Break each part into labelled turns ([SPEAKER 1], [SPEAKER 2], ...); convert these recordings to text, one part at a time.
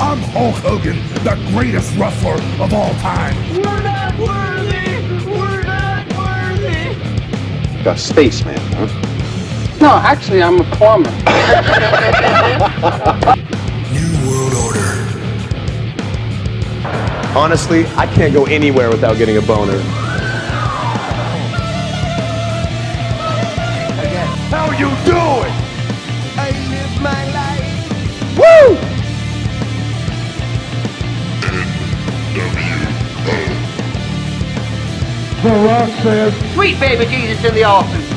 [SPEAKER 1] I'm Hulk Hogan, the greatest wrestler of all time.
[SPEAKER 2] We're not worthy! We're not worthy!
[SPEAKER 3] a spaceman, huh?
[SPEAKER 4] No, actually, I'm a plumber.
[SPEAKER 1] New World Order.
[SPEAKER 3] Honestly, I can't go anywhere without getting a boner.
[SPEAKER 1] How you doing?
[SPEAKER 5] Sweet baby Jesus in the office.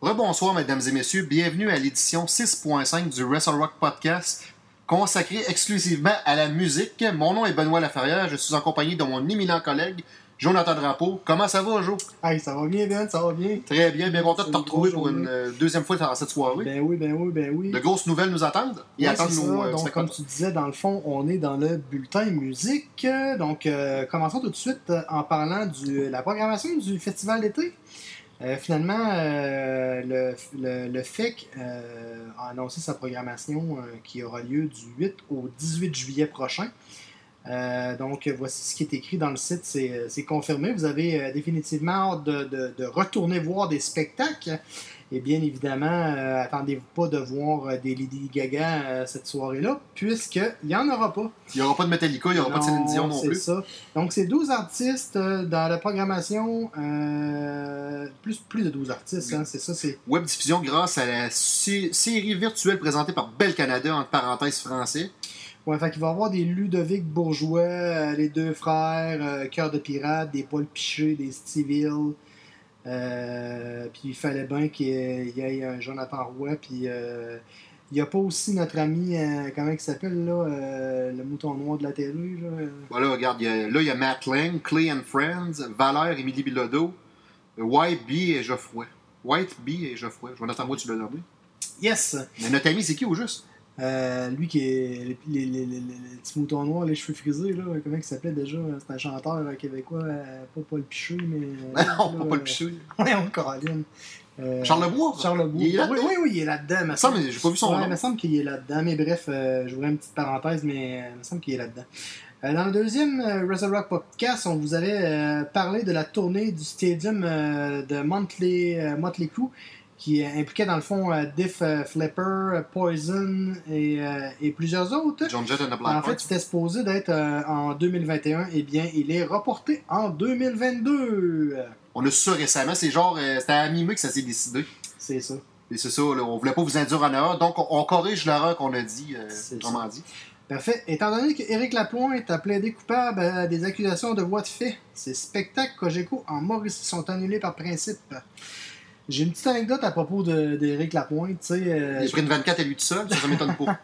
[SPEAKER 6] Rebonsoir, mesdames et messieurs. Bienvenue à l'édition 6.5 du Wrestle Rock Podcast, consacré exclusivement à la musique. Mon nom est Benoît Laferrière. Je suis en compagnie de mon éminent collègue, Jonathan Drapeau. Comment ça va, Jo?
[SPEAKER 7] Hey, ça va bien, Ben, ça va bien.
[SPEAKER 6] Très bien. Bien content de
[SPEAKER 7] C'est
[SPEAKER 6] te
[SPEAKER 7] une
[SPEAKER 6] retrouver
[SPEAKER 7] bonne
[SPEAKER 6] pour une
[SPEAKER 7] journée.
[SPEAKER 6] euh, deuxième fois dans cette soirée.
[SPEAKER 7] Ben oui, ben oui, ben oui.
[SPEAKER 6] De grosses nouvelles nous attendent. Et
[SPEAKER 7] Ouais,
[SPEAKER 6] attendent
[SPEAKER 7] c'est
[SPEAKER 6] nos.
[SPEAKER 7] ça.
[SPEAKER 6] euh,
[SPEAKER 7] donc, comme
[SPEAKER 6] spectateurs.
[SPEAKER 7] tu disais, dans le fond, on est dans le bulletin musique. Euh, Donc, euh, commençons tout de suite euh, en parlant de la programmation du festival d'été. Euh, finalement, euh, le, le, le FEC euh, a annoncé sa programmation euh, qui aura lieu du 8 au 18 juillet prochain. Euh, donc, voici ce qui est écrit dans le site, c'est euh, c'est confirmé. Vous avez euh, définitivement hâte de, de- de retourner voir des spectacles. Et Eh bien évidemment, euh, attendez-vous pas de voir euh, des Lady Gaga euh, cette soirée-là, puisqu'il n'y en aura pas.
[SPEAKER 6] Il n'y aura pas de Metallica, il n'y aura pas de Céline Dion non
[SPEAKER 7] c'est
[SPEAKER 6] plus.
[SPEAKER 7] ça. Donc, c'est 12 artistes euh, dans la programmation. euh, plus, plus de 12 artistes, hein, c'est ça. c'est
[SPEAKER 6] Web diffusion grâce à la sé- série virtuelle présentée par Bell Canada, entre parenthèses français.
[SPEAKER 7] Ouais, fait qu'il va y avoir des Ludovic Bourgeois, euh, les deux frères, euh, Cœur de Pirate, des Paul Piché, des Steve Hill. Euh, puis il fallait bien qu'il y ait il y ait un Jonathan Roy. Puis euh, il n'y a pas aussi notre ami, euh, comment il s'appelle, là, euh, le mouton noir de la terrue. là, euh,
[SPEAKER 6] Voilà, regarde, il y a- là, il y a Matt Lang, Clay and Friends, Valère, Émilie Bilodeau, White Bee et Geoffroy. White Bee et Geoffroy. Je m'en attends, moi, tu l'as nommé.
[SPEAKER 7] Yes!
[SPEAKER 6] Mais notre ami, c'est qui au juste
[SPEAKER 7] Euh, lui qui est les, les, les, les- les petits moutons noirs, les cheveux frisés, là, comment il s'appelait déjà C'était un chanteur euh, québécois, euh, pas Paul Pichu, mais. euh,
[SPEAKER 6] Non,
[SPEAKER 7] là,
[SPEAKER 6] pas le pichou.
[SPEAKER 7] euh, Voyons, Caroline. Euh,
[SPEAKER 6] Charles Lebois
[SPEAKER 7] Charles Lebois.
[SPEAKER 6] Il est là-dedans?
[SPEAKER 7] oui, oui, oui, il est là-dedans. me
[SPEAKER 6] Ça,
[SPEAKER 7] semble.
[SPEAKER 6] mais j'ai pas vu son
[SPEAKER 7] Ouais, il
[SPEAKER 6] nom.
[SPEAKER 7] me semble qu'il est là-dedans, mais bref, euh, j'ouvrais une petite parenthèse, mais euh, il me semble qu'il est là-dedans. Euh, dans le deuxième euh, Wrestle Rock Podcast, on vous avait euh, parlé de la tournée du stadium euh, de Motley, euh, Motley Crue, qui euh, impliquait dans le fond euh, Diff euh, Flipper, euh, Poison et, euh, et plusieurs autres.
[SPEAKER 6] John Jett and the Black
[SPEAKER 7] En fait,
[SPEAKER 6] Hearts.
[SPEAKER 7] c'était supposé d'être euh, en 2021, et Eh bien, il est reporté en 2022. Euh,
[SPEAKER 6] On a su ça récemment. C'est genre, euh, c'était à mi-mai que ça s'est décidé.
[SPEAKER 7] C'est ça.
[SPEAKER 6] Et c'est ça, là, on voulait pas vous induire en erreur. Donc, on, on corrige l'erreur qu'on a dit, euh,
[SPEAKER 7] C'est
[SPEAKER 6] autrement dit.
[SPEAKER 7] Parfait. Étant donné qu'Éric Lapointe a plaidé coupable à des accusations de voies de fait, ces spectacles Cogeco en Mauricie sont annulés par principe. J'ai une petite anecdote à propos de- d'Éric Lapointe. tu sais, euh,
[SPEAKER 6] J'ai pris une 24 à lui tout seul, ça, ça m'étonne pas.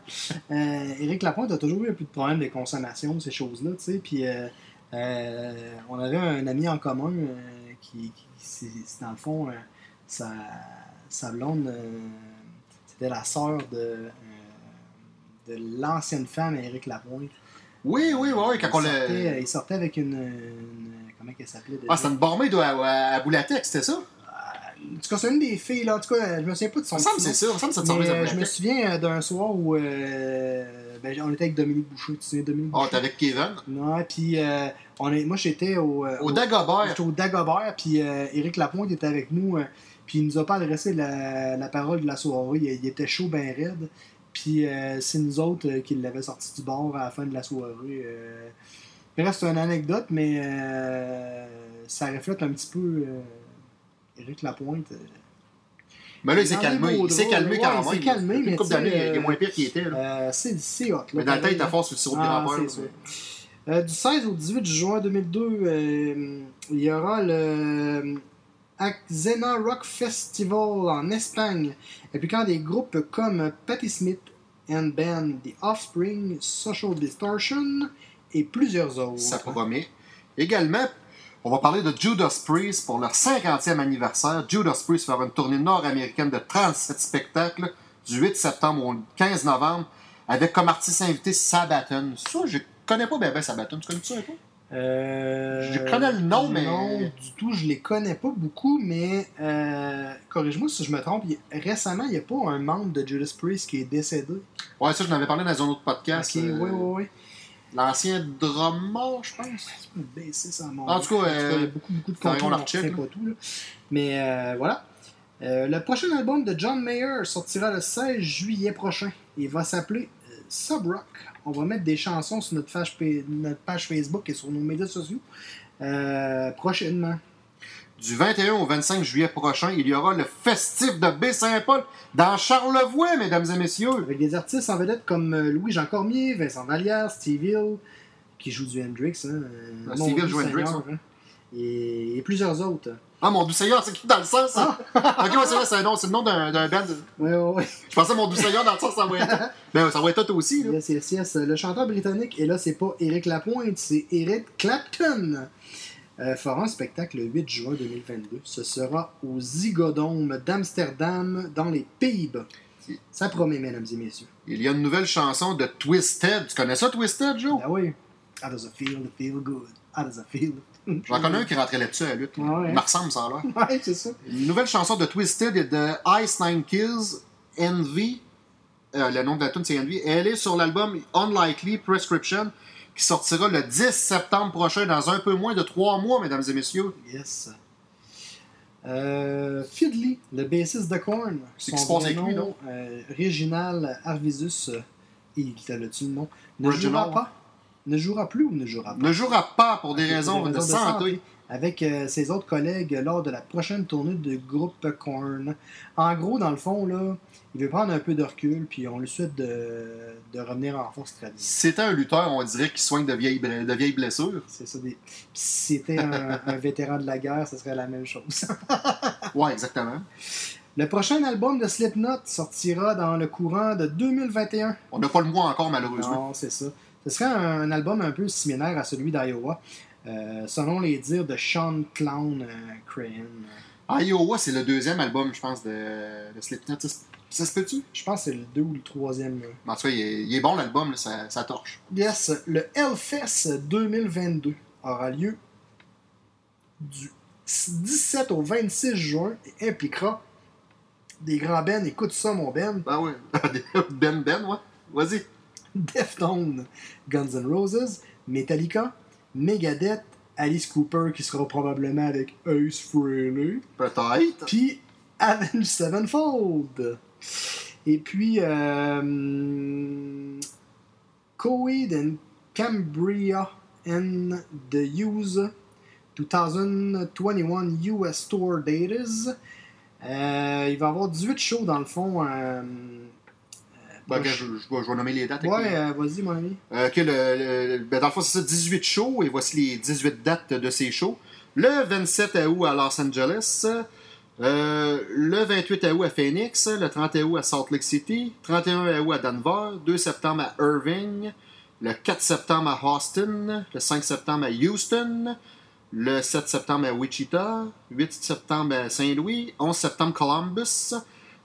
[SPEAKER 7] euh, Éric Lapointe a toujours eu un peu de problème de consommation, ces choses-là, tu sais. Puis euh, euh, on avait un ami en commun euh, qui, qui- c'est, c'est dans le fond, euh, sa, sa blonde, euh, c'était la sœur de, euh, de l'ancienne femme d'Éric Lapointe.
[SPEAKER 6] Oui, oui, oui, quand on
[SPEAKER 7] il,
[SPEAKER 6] l'a.
[SPEAKER 7] sortait, euh, il sortait avec une. une- comment qu'elle s'appelait déjà?
[SPEAKER 6] Ah, c'était une barmaid à, à, à Boulatex, c'était ça?
[SPEAKER 7] En tout cas, c'est une des filles, là. En tout cas, je me souviens pas de
[SPEAKER 6] Il
[SPEAKER 7] son
[SPEAKER 6] me semble que
[SPEAKER 7] petit nom.
[SPEAKER 6] c'est ça. Il me semble que ça te
[SPEAKER 7] Mais,
[SPEAKER 6] semblait à
[SPEAKER 7] euh, je me
[SPEAKER 6] Boulatex.
[SPEAKER 7] souviens euh, d'un soir où euh, ben, on était avec Dominique Boucher. Tu te souviens de Dominique
[SPEAKER 6] Ah, t'es
[SPEAKER 7] Boucher?
[SPEAKER 6] avec Kevin.
[SPEAKER 7] Non, puis euh, on est, moi j'étais au, euh,
[SPEAKER 6] Au
[SPEAKER 7] au-
[SPEAKER 6] Dagobert.
[SPEAKER 7] j'étais au Dagobert, puis euh, Éric Lapointe était avec nous, euh, puis il nous a pas adressé la, la parole de la soirée. Il, il était chaud, ben raide. Puis euh, c'est nous autres euh, qui l'avaient sorti du bord à la fin de la soirée. euh. Bref, c'est une anecdote, mais euh, ça reflète un petit peu euh, Éric Lapointe. euh,
[SPEAKER 6] Mais Ben là, il s'est
[SPEAKER 7] Dans les
[SPEAKER 6] calmé.
[SPEAKER 7] beaux
[SPEAKER 6] Il s'est
[SPEAKER 7] drôles,
[SPEAKER 6] calmé
[SPEAKER 7] ouais,
[SPEAKER 6] quand
[SPEAKER 7] il
[SPEAKER 6] même.
[SPEAKER 7] s'est calmé,
[SPEAKER 6] Depuis
[SPEAKER 7] mais
[SPEAKER 6] Une couple
[SPEAKER 7] tu sais,
[SPEAKER 6] d'années, il est
[SPEAKER 7] euh,
[SPEAKER 6] moins pire qu'il était. là.
[SPEAKER 7] euh, c'est c'est hot. là,
[SPEAKER 6] Mais dans le temps, il
[SPEAKER 7] pareil,
[SPEAKER 6] était
[SPEAKER 7] là.
[SPEAKER 6] fort sur le sirop de
[SPEAKER 7] Ah,
[SPEAKER 6] grand-père,
[SPEAKER 7] c'est
[SPEAKER 6] là,
[SPEAKER 7] sûr.
[SPEAKER 6] mais-
[SPEAKER 7] Euh, du 16 au 18 juin 2002, euh, il y aura le Xena Rock Festival en Espagne, impliquant des groupes comme Patti Smith and Band, The Offspring, Social Distortion et plusieurs autres.
[SPEAKER 6] Ça promet. Également, on va parler de Judas Priest pour leur 50e anniversaire. Judas Priest fera une tournée nord-américaine de 37 spectacles du 8 septembre au 15 novembre avec comme artiste invité Sabaton. Ça, je connais pas bien ben Sabaton. Tu connais ça un peu?
[SPEAKER 7] Euh,
[SPEAKER 6] Je connais le nom, mais-
[SPEAKER 7] Non, du tout, je les connais pas beaucoup, mais euh, corrige-moi si je me trompe. il- Récemment, il n'y a pas un membre de Judas Priest qui est décédé.
[SPEAKER 6] Ouais, ça, je n'avais parlé dans un autre podcast.
[SPEAKER 7] Ok,
[SPEAKER 6] euh,
[SPEAKER 7] oui, oui,
[SPEAKER 6] L'ancien drummer, je pense.
[SPEAKER 7] oui. Baisser ça, mon
[SPEAKER 6] En tout cas, euh,
[SPEAKER 7] il y a beaucoup, beaucoup de
[SPEAKER 6] faudrait
[SPEAKER 7] contenu,
[SPEAKER 6] qu'on
[SPEAKER 7] on
[SPEAKER 6] la
[SPEAKER 7] ne retient
[SPEAKER 6] recheck,
[SPEAKER 7] pas tout. là. Mais euh, voilà. Euh, le prochain album de John Mayer sortira le 16 juillet prochain. Il va s'appeler euh, Sub Rock. On va mettre des chansons sur notre page, P- notre page Facebook et sur nos médias sociaux euh, prochainement.
[SPEAKER 6] Du 21 au 25 juillet prochain, il y aura le festif de Baie-Saint-Paul dans Charlevoix, mesdames et messieurs.
[SPEAKER 7] Avec des artistes en vedette comme euh, Louis-Jean Cormier, Vincent Vallière, Steve Hill, qui joue du Hendrix. Hein, euh,
[SPEAKER 6] Ah,
[SPEAKER 7] mon
[SPEAKER 6] Steve Hill
[SPEAKER 7] Dieu
[SPEAKER 6] joue
[SPEAKER 7] Seigneur,
[SPEAKER 6] Hendrix,
[SPEAKER 7] hein. et, et plusieurs autres.
[SPEAKER 6] Ah, mon doux Seigneur, c'est qui dans le sens, ça? ok, ouais, c'est vrai, c'est un nom- c'est le nom d'un d'un band.
[SPEAKER 7] Ouais, ouais, ouais.
[SPEAKER 6] Je pensais mon doux Seigneur dans le sens, ça va être. Ben, ça va être toi aussi, là.
[SPEAKER 7] Yes, yes, yes. Le chanteur britannique, et là, c'est pas Eric Lapointe, c'est Eric Clapton. Euh, fera un spectacle le 8 juin 2022. Ce sera au Zygodome d'Amsterdam, dans les Pays-Bas. Ça promet, mesdames et messieurs.
[SPEAKER 6] Il y a une nouvelle chanson de Twisted. Tu connais ça, Twisted, Joe?
[SPEAKER 7] Ah oui. How does it feel to feel good? How does it feel?
[SPEAKER 6] J'en connais un qui rentrait là-dessus à la lutte. là.
[SPEAKER 7] Ouais.
[SPEAKER 6] Il me ressemble, ça, là.
[SPEAKER 7] Ouais, c'est ça.
[SPEAKER 6] Une nouvelle chanson de Twisted et de Ice Nine Kills, Envy. Euh, le nom de la tune c'est Envy. Elle est sur l'album Unlikely Prescription qui sortira le 10 septembre prochain dans un peu moins de trois mois, mesdames et messieurs.
[SPEAKER 7] Yes. Euh, Fiddly, le bassiste de Korn.
[SPEAKER 6] C'est
[SPEAKER 7] Son
[SPEAKER 6] qui se passe
[SPEAKER 7] vrai
[SPEAKER 6] avec lui,
[SPEAKER 7] nom, euh, Réginal Arvisus. euh, il t'a le tu le nom. Ne
[SPEAKER 6] Reginald.
[SPEAKER 7] jouera pas. Ne jouera plus ou ne jouera pas.
[SPEAKER 6] Ne jouera pas pour des
[SPEAKER 7] Pour des
[SPEAKER 6] raisons de,
[SPEAKER 7] raisons de
[SPEAKER 6] santé.
[SPEAKER 7] santé. Avec euh, ses autres collègues lors de la prochaine tournée de groupe Korn. En gros, dans le fond, là, il veut prendre un peu de recul, puis on lui souhaite de, de revenir en force traditionnelle.
[SPEAKER 6] C'était un lutteur, on dirait, qui soigne de vieilles, bra- de vieilles blessures.
[SPEAKER 7] C'est ça. Des... Puis si c'était un, un vétéran de la guerre, ce serait la même chose.
[SPEAKER 6] Ouais, exactement.
[SPEAKER 7] Le prochain album de Slipknot sortira dans le courant de 2021.
[SPEAKER 6] On n'a pas le mois encore, malheureusement.
[SPEAKER 7] Non, c'est ça. Ce serait un album un peu similaire à celui d'Iowa, euh, selon les dires de Sean Clown euh, Crane.
[SPEAKER 6] Iowa, c'est le deuxième album, je pense, de, de Slipknot. Ça se- Ça se peut-tu?
[SPEAKER 7] Je pense que c'est le 2 ou le troisième. là.
[SPEAKER 6] En tout cas, il est, il est bon, l'album, là, ça, ça torche.
[SPEAKER 7] Yes, le Hellfest 2022 aura lieu du 17 au 26 juin et impliquera des grands Ben, écoute ça mon Ben,
[SPEAKER 6] Ben oui. ben, Ben, ouais. Vas-y.
[SPEAKER 7] Deftones, Guns N' Roses, Metallica, Megadeth, Alice Cooper qui sera probablement avec Ace Frehley,
[SPEAKER 6] Peut-être.
[SPEAKER 7] puis Avenged Sevenfold. Et puis euh, Coed and Cambria and the Use 2021 US Tour Datas. Euh, il va y avoir 18 shows dans le fond. euh,
[SPEAKER 6] Ben, ok, je, je vais- je vais nommer les dates.
[SPEAKER 7] ouais, euh, vas-y mon ami.
[SPEAKER 6] Euh, que le, le- ben, dans le fond, c'est ça, 18 shows, et voici les 18 dates de ces shows. Le 27 août à Los Angeles, euh, le 28 août à Phoenix, le 30 août à Salt Lake City, 31 août à Denver, 2 septembre à Irving, le 4 septembre à Austin, le 5 septembre à Houston, le 7 septembre à Wichita, 8 septembre à Saint-Louis, 11 septembre Columbus,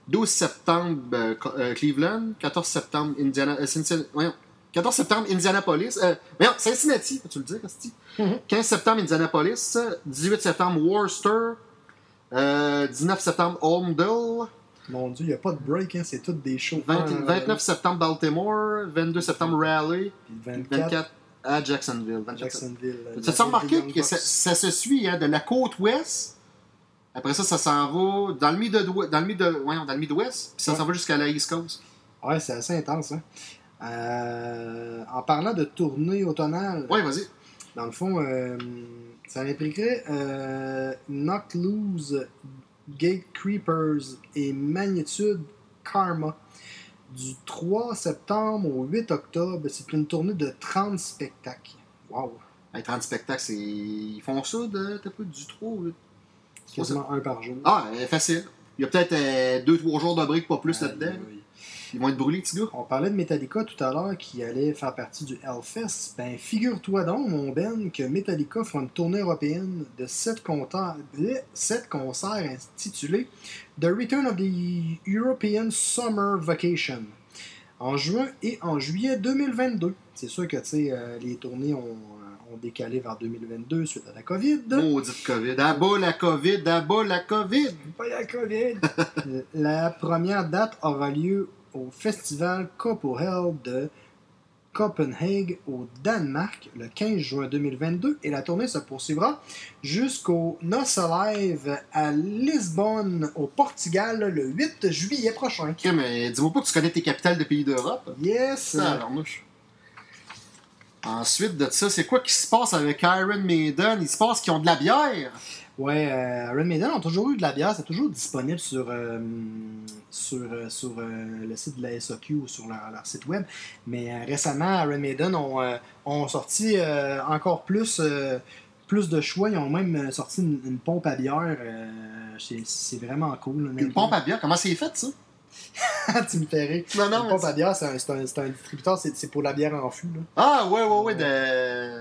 [SPEAKER 6] 12 septembre euh, Co- euh, Cleveland, 14 septembre Indiana, euh, Cincinnati- voyons, 14 septembre Indianapolis, euh, voyons, Cincinnati, peux-tu le dire, Asti? 15 septembre Indianapolis, 18 septembre Worcester, euh, 19 septembre Holmdel,
[SPEAKER 7] Mon dieu, il n'y a pas de break, hein, c'est toutes des shows.
[SPEAKER 6] 20
[SPEAKER 7] Un,
[SPEAKER 6] 29 septembre Baltimore, 22 septembre Raleigh,
[SPEAKER 7] puis 24,
[SPEAKER 6] 24 à Jacksonville. 24.
[SPEAKER 7] Jacksonville.
[SPEAKER 6] Tu as remarqué que ça, ça se suit hein, de la côte ouest. Après ça, ça s'en va dans le Midwest, dans le Mid- voyons, dans le Midwest, puis ça
[SPEAKER 7] Ouais.
[SPEAKER 6] s'en va jusqu'à la East Coast.
[SPEAKER 7] Ouais, c'est assez intense. Hein. Euh, en parlant de tournée automnale,
[SPEAKER 6] Ouais, vas-y.
[SPEAKER 7] dans le fond, euh, ça impliquerait euh, Knock Loose, Gate Creepers et Magnitude Karma. Du 3 septembre au 8 octobre, c'est une tournée de 30 spectacles. Wow!
[SPEAKER 6] Hey, 30 spectacles, c'est- ils font ça de, t'as peu, du 3 ou
[SPEAKER 7] C'est quasiment un par jour.
[SPEAKER 6] Ah, euh, facile. Il y a peut-être 2-3 jours de break, pas plus là-dedans.
[SPEAKER 7] Aïe, aïe.
[SPEAKER 6] Ils vont être brûlés, les petits gars.
[SPEAKER 7] On parlait de Metallica tout à l'heure qui allait faire partie du Hellfest. Ben, figure-toi donc, mon Ben, que Metallica fera une tournée européenne de 7 concerts, concerts intitulés The Return of the European Summer Vacation en juin et en juillet 2022. C'est sûr que tu sais, euh, les tournées ont, ont décalé vers 2022 suite à la COVID.
[SPEAKER 6] Maudite COVID. À bas la COVID, à bas la COVID.
[SPEAKER 7] Pas la COVID. la première date aura lieu au festival Copohel de Copenhague au Danemark le 15 juin 2022 et la tournée se poursuivra jusqu'au Noce Live à Lisbonne au Portugal le 8 juillet prochain.
[SPEAKER 6] Ok, mais dis-moi pas que tu connais tes capitales de pays d'Europe.
[SPEAKER 7] Yes!
[SPEAKER 6] Ça, alors, moi, je- Ensuite de ça, c'est quoi qui se passe avec Iron Maiden? Il se passe qu'ils ont de la bière.
[SPEAKER 7] Ouais, euh, Iron Maiden ont toujours eu de la bière, c'est toujours disponible sur, euh, sur, euh, sur euh, le site de la SOQ ou sur leur, leur site web. Mais euh, récemment, Iron Maiden ont, euh, ont sorti euh, encore plus, euh, plus de choix. Ils ont même euh, sorti une, une pompe à bière. euh, c'est- c'est vraiment cool. honnêtement.
[SPEAKER 6] Une pompe à bière, comment c'est fait ça?
[SPEAKER 7] tu me fais rire.
[SPEAKER 6] Non,
[SPEAKER 7] Une
[SPEAKER 6] non,
[SPEAKER 7] pompe à bière, c'est un, c'est un- c'est un distributeur, c'est c'est pour la bière en fût. là.
[SPEAKER 6] Ah, ouais, ouais, ouais. De...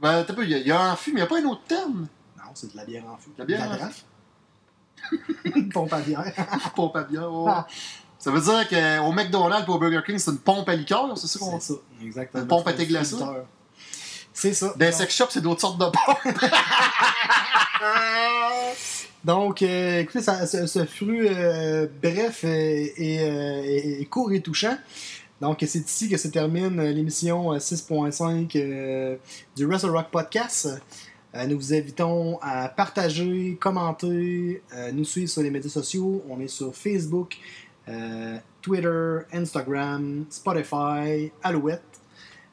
[SPEAKER 6] Ben, t'as pas, il y, a- il y a un fût, mais il n'y a pas un autre terme.
[SPEAKER 7] Non, c'est de la bière en fût.
[SPEAKER 6] La bière
[SPEAKER 7] De
[SPEAKER 6] en
[SPEAKER 7] draft. Une pompe à bière.
[SPEAKER 6] pompe à bière, ouais.
[SPEAKER 7] Ah.
[SPEAKER 6] Ça veut dire qu'au McDonald's pour Burger King, c'est une pompe à liqueur, c'est ça qu'on
[SPEAKER 7] C'est ça, exactement.
[SPEAKER 6] Une pompe à
[SPEAKER 7] C'est un
[SPEAKER 6] thé glacé?
[SPEAKER 7] distributeur. Ben, C'est ça.
[SPEAKER 6] Dans les
[SPEAKER 7] Donc-
[SPEAKER 6] sex shops, c'est d'autres sortes de pompe.
[SPEAKER 7] Donc, euh, écoutez, ça- ce, ce flux euh, bref et, et, euh, et- et court et touchant. Donc, c'est ici que se termine euh, l'émission euh, 6.5 euh, du Wrestle Rock Podcast. Euh, nous vous invitons à partager, commenter, euh, nous suivre sur les médias sociaux. On est sur Facebook, euh, Twitter, Instagram, Spotify, Alouette.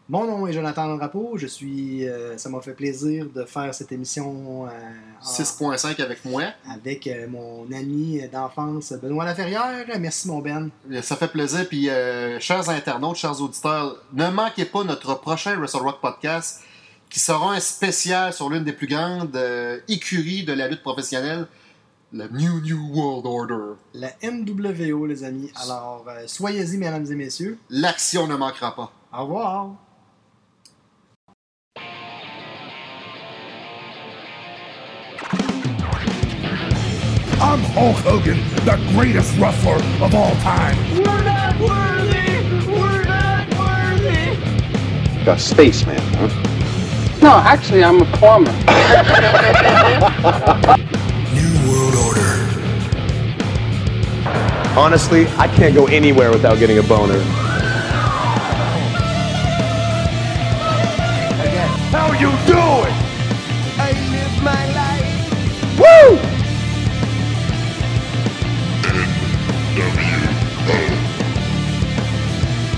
[SPEAKER 7] Mon nom est Jonathan Drapeau. Je suis, euh, ça m'a fait plaisir de faire cette émission euh, en-
[SPEAKER 6] 6.5 avec moi.
[SPEAKER 7] avec euh, mon ami d'enfance Benoît Laferrière. Merci mon Ben.
[SPEAKER 6] Ça fait plaisir. Puis, euh, chers internautes, chers auditeurs, ne manquez pas notre prochain Wrestle Rock podcast qui sera un spécial sur l'une des plus grandes euh, écuries de la lutte professionnelle, la New New World Order.
[SPEAKER 7] La NWO les amis. Alors euh, soyez-y mesdames et messieurs.
[SPEAKER 6] L'action ne manquera pas.
[SPEAKER 7] Au revoir.
[SPEAKER 1] I'm Hulk Hogan, the greatest wrestler of all time.
[SPEAKER 2] We're not worthy! We're not worthy!
[SPEAKER 3] Like a spaceman, huh?
[SPEAKER 4] No, actually, I'm a plumber.
[SPEAKER 3] Honestly, I can't go anywhere without getting a boner.